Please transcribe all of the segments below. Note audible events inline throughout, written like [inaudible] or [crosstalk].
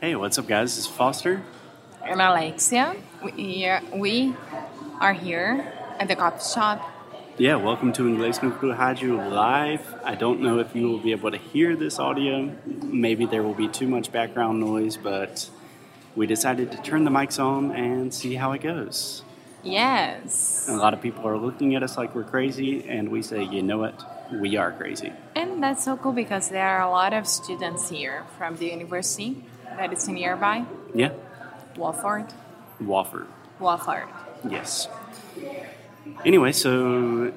Hey, what's up, guys? This is Foster. I'm Alexia. We are, we are here at the coffee shop. Yeah, welcome to Inglés no Rádio Live. I don't know if you will be able to hear this audio. Maybe there will be too much background noise, but we decided to turn the mics on and see how it goes. Yes. And a lot of people are looking at us like we're crazy, and we say, you know what? We are crazy. And that's so cool because there are a lot of students here from the university that is nearby, Yeah, Wofford. Wofford. Wofford. Yes. Anyway, so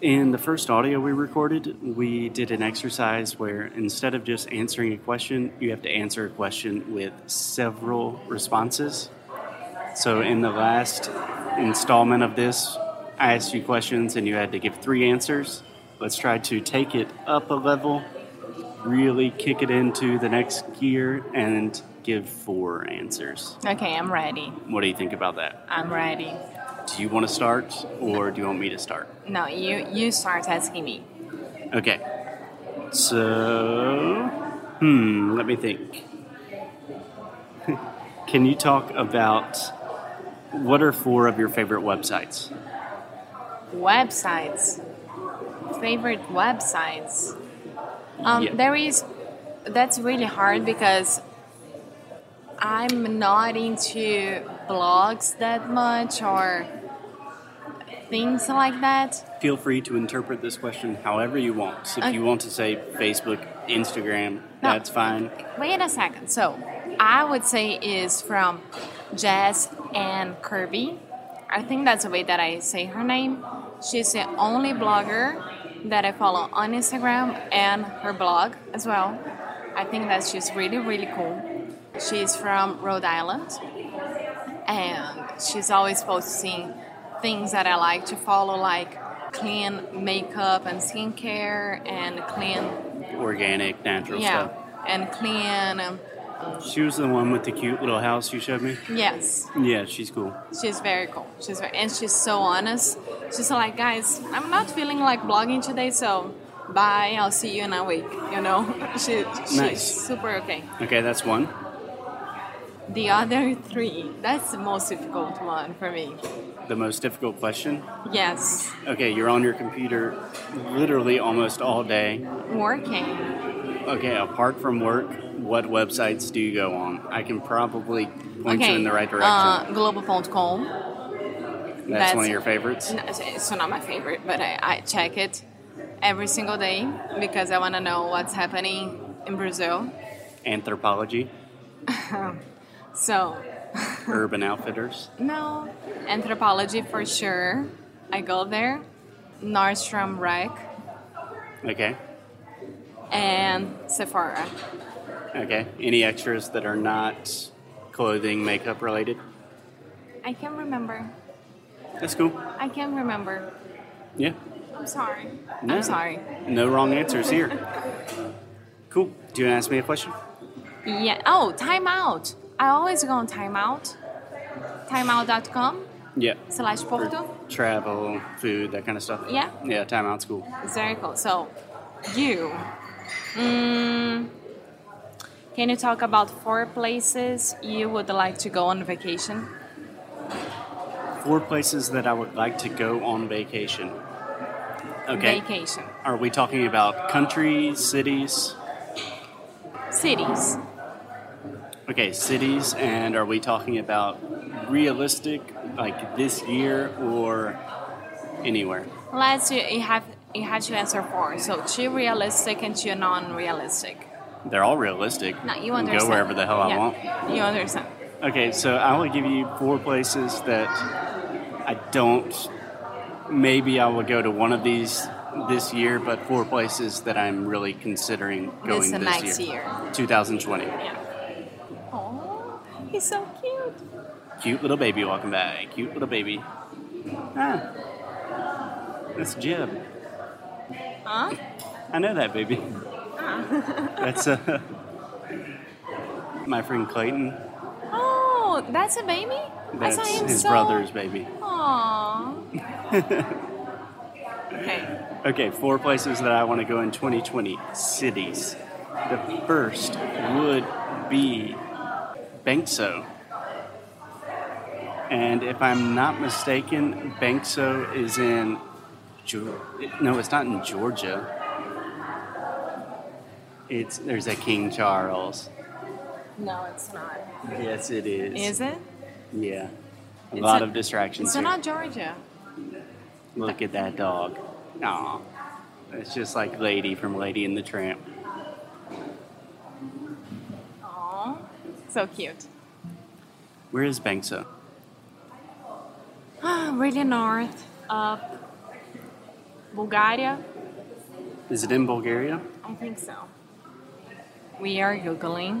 in the first audio we recorded, we did an exercise where instead of just answering a question, you have to answer a question with several responses. So in the last installment of this, I asked you questions and you had to give three answers. Let's try to take it up a level, really kick it into the next gear, and give four answers. Okay, I'm ready. What do you think about that? I'm ready. Do you want to start or do you want me to start? No, you you start asking me. Okay. So, hmm, let me think. [laughs] Can you talk about what are four of your favorite websites? Websites. Favorite websites. Um, Yeah. There is. That's really hard because I'm not into blogs that much or things like that. Feel free to interpret this question however you want. If you want to say Facebook, Instagram, that's fine. Wait a second. So I would say is from Jess and Kirby. I think that's the way that I say her name. She's the only blogger that I follow on Instagram and her blog as well. I think that she's really, really cool. She's from Rhode Island and she's always posting things that I like to follow, like clean makeup and skincare and clean, Organic, natural yeah, stuff. and clean. Um, She was the one with the cute little house you showed me. Yes, Yeah, she's cool. she's very cool. She's very, and she's so honest. She's like, guys, I'm not feeling like blogging today, so bye. I'll see you in a week. You know, [laughs] she, she's Nice. super okay. Okay, that's one. The other three, that's the most difficult one for me. The most difficult question. Yes, Okay, you're on your computer literally almost all day. working. Okay, apart from work, what websites do you go on? I can probably point okay, you in the right direction. Uh, global.com. that's, that's- one of your favorites. No, It's it's not my favorite, but I, I check it every single day because I want to know what's happening in Brazil. Anthropology, So Urban Outfitters. No, anthropology for sure. I go there. Nordstrom Rack Okay, and Sephora. okay. Any extras that are not clothing, makeup related? I can't remember. That's cool. I can't remember. Yeah. I'm sorry. No. I'm sorry. No wrong answers here. cool. Do you want to ask me a question? Yeah. Oh, timeout. I always go on timeout. Timeout.com Yeah. slash For Porto. travel, food, that kind of stuff. Yeah. Yeah, timeout's cool. It's very cool. So, you. Mm, can you talk about four places you would like to go on vacation? Four places that I would like to go on vacation. Okay. Vacation. Are we talking about countries, cities? Cities. Okay, cities, and are we talking about realistic, like this year or anywhere? Let's you, you have you had to answer four. So two realistic and two non-realistic. They're all realistic. No, you I can understand. Go wherever the hell Yeah, I want. You understand. Okay, so I will give you four places that I don't. Maybe I will go to one of these this year, but four places that I'm really considering going This this, the next year. 2020. Yeah. Oh, he's so cute. Cute little baby walking by. Cute little baby. Ah, that's Jib. Huh? I know that baby. Ah. [laughs] that's uh, [laughs] my friend Clayton. Oh, that's a baby. That's I saw him his so. brother's baby. Aww. okay. Okay, four places that I want to go in 2020 cities. The first would be Bankso. And if I'm not mistaken, Bankso is in. Geor- No, it's not in Georgia. It's there's a King Charles. No, it's not. Yes, it is. Is it? Yeah. A It's lot a- of distractions It's here. not Georgia. Look at that dog. Aw. It's just like Lady from Lady and the Tramp. Aw, so cute. [gasps] Where is Bankso? really north of Bulgaria. Is it in Bulgaria? I think so. We are googling.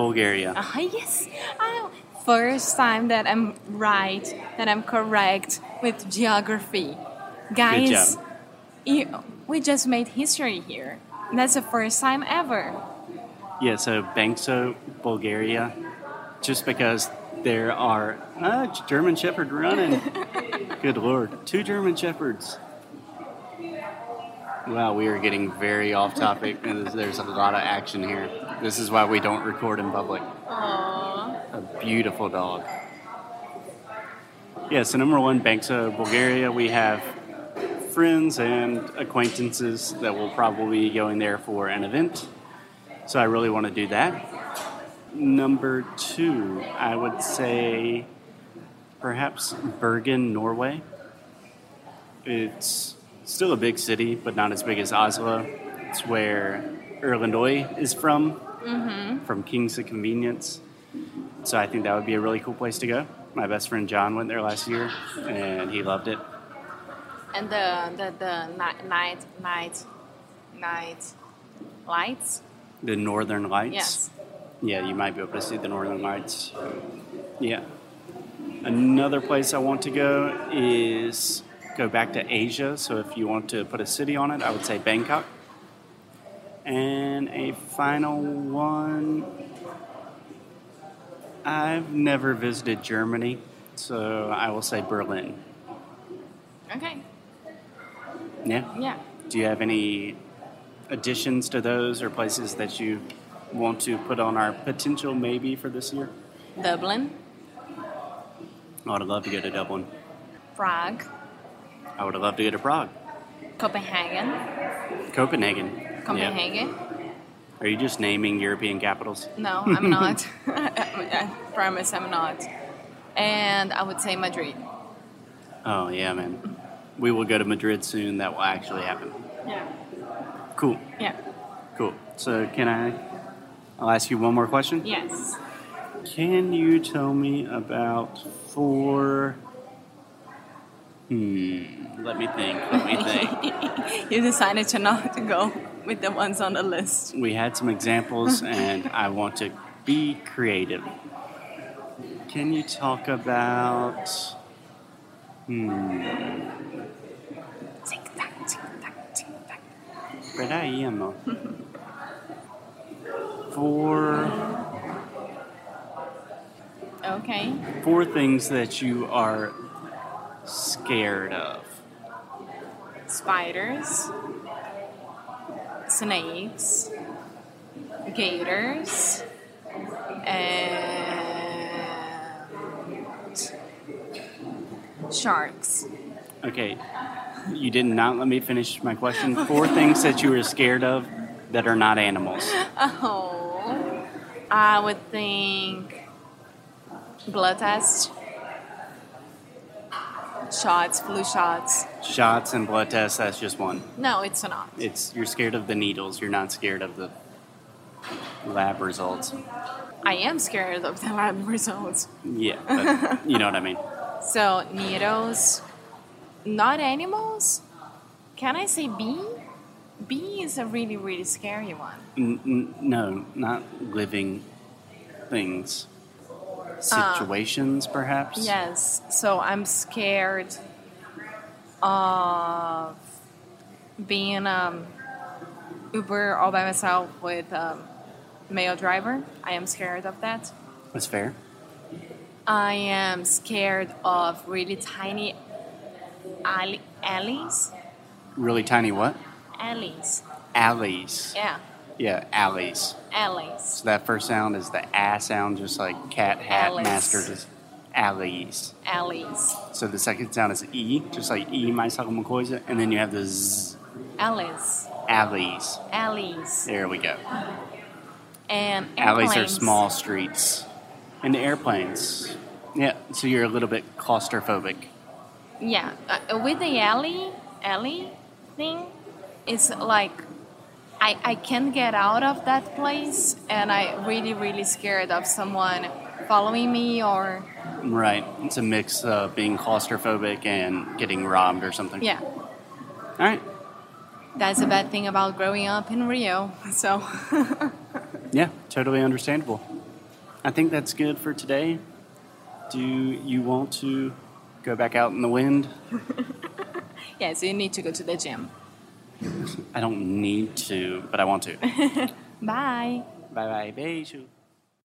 Bulgaria. Ah [laughs] yes. Oh, first time that I'm right, that I'm correct with geography, guys. job. You, we just made history here. That's the first time ever. Yeah, so Bankso, Bulgaria, just because there are ah, it's German Shepherd running. Good lord, two German Shepherds. Wow, we are getting very off topic, and there's- there's a lot of action here. This is why we don't record in public. Aww. A beautiful dog. Yeah, so number one, Banksa, Bulgaria. We have friends and acquaintances that will probably be going there for an event. So I really want to do that. Number two, I would say perhaps Bergen, Norway. It's still a big city, but not as big as Oslo. It's where Erlendoy is from, from Kings of Convenience. So I think that would be a really cool place to go. My best friend John went there last year, and he loved it. And the the the ni- night night night lights. The Northern Lights. Yes. Yeah, you might be able to see the Northern Lights. Yeah. Another place I want to go is go back to Asia. So if you want to put a city on it, I would say Bangkok. And a final one. I've never visited Germany, so I will say Berlin. Okay. Yeah. Yeah. Do you have any additions to those or places that you want to put on our potential maybe for this year? Dublin, I would love to go to Dublin. Prague, I would love to go to Prague. Copenhagen, Copenhagen. Yeah. Copenhagen. Are you just naming European capitals? No, I'm not. [laughs] I promise I'm not. And I would say Madrid. Oh, yeah, man. We will go to Madrid soon. That will actually happen. Yeah. Cool. Yeah. Cool. So, can I? I'll ask you one more question. Yes. Can you tell me about four? Hmm. Let me think. Let me think. [laughs] you decided to not to go with the ones on the list. We had some examples, and I want to be creative. Can you talk about? Tick tack, tick tack, tick tack. But I am a- four Okay. four things that you are scared of. Spiders, snakes, gators, and sharks. Okay, you did not let me finish my question. Four things that you are scared of that are not animals. Oh, I would think blood test, shots, flu shots. Shots and blood tests. That's just one. No, it's not. It's you're scared of the needles. You're not scared of the lab results. I am scared of the [laughs] lab results. Yeah, but you know what I mean. So needles, not animals. Can I say bee? Bee is a really really scary one. N- n- no, not living things. Situations, perhaps? Yes. So I'm scared of being um, Uber all by myself with um, male driver. I am scared of that. That's fair. I am scared of really tiny alley- alleys. Really tiny what? Alleys. Alleys. Yeah. Yeah, alleys. Alice. So that first sound is the ah sound, just like cat, hat, Alleys. master, just alleys. Alice. So the second sound is e, just like e, myself, McCoy's, and then you have the z, Alice. alleys. Alleys. There we go. And Alleys are airplanes. small streets. And airplanes. Yeah, so you're a little bit claustrophobic. Yeah, uh, with the alley alley thing, it's like I I can't get out of that place, and I really really scared of someone following me or Right. It's a mix of being claustrophobic and getting robbed or something. yeah. All right. That's a bad thing about growing up in Rio. [laughs] So Yeah, totally understandable. I think that's good for today. Do you want to go back out in the wind? yes, you need to go to the gym. I don't need to, but I want to. bye Bye. bye, Beiju.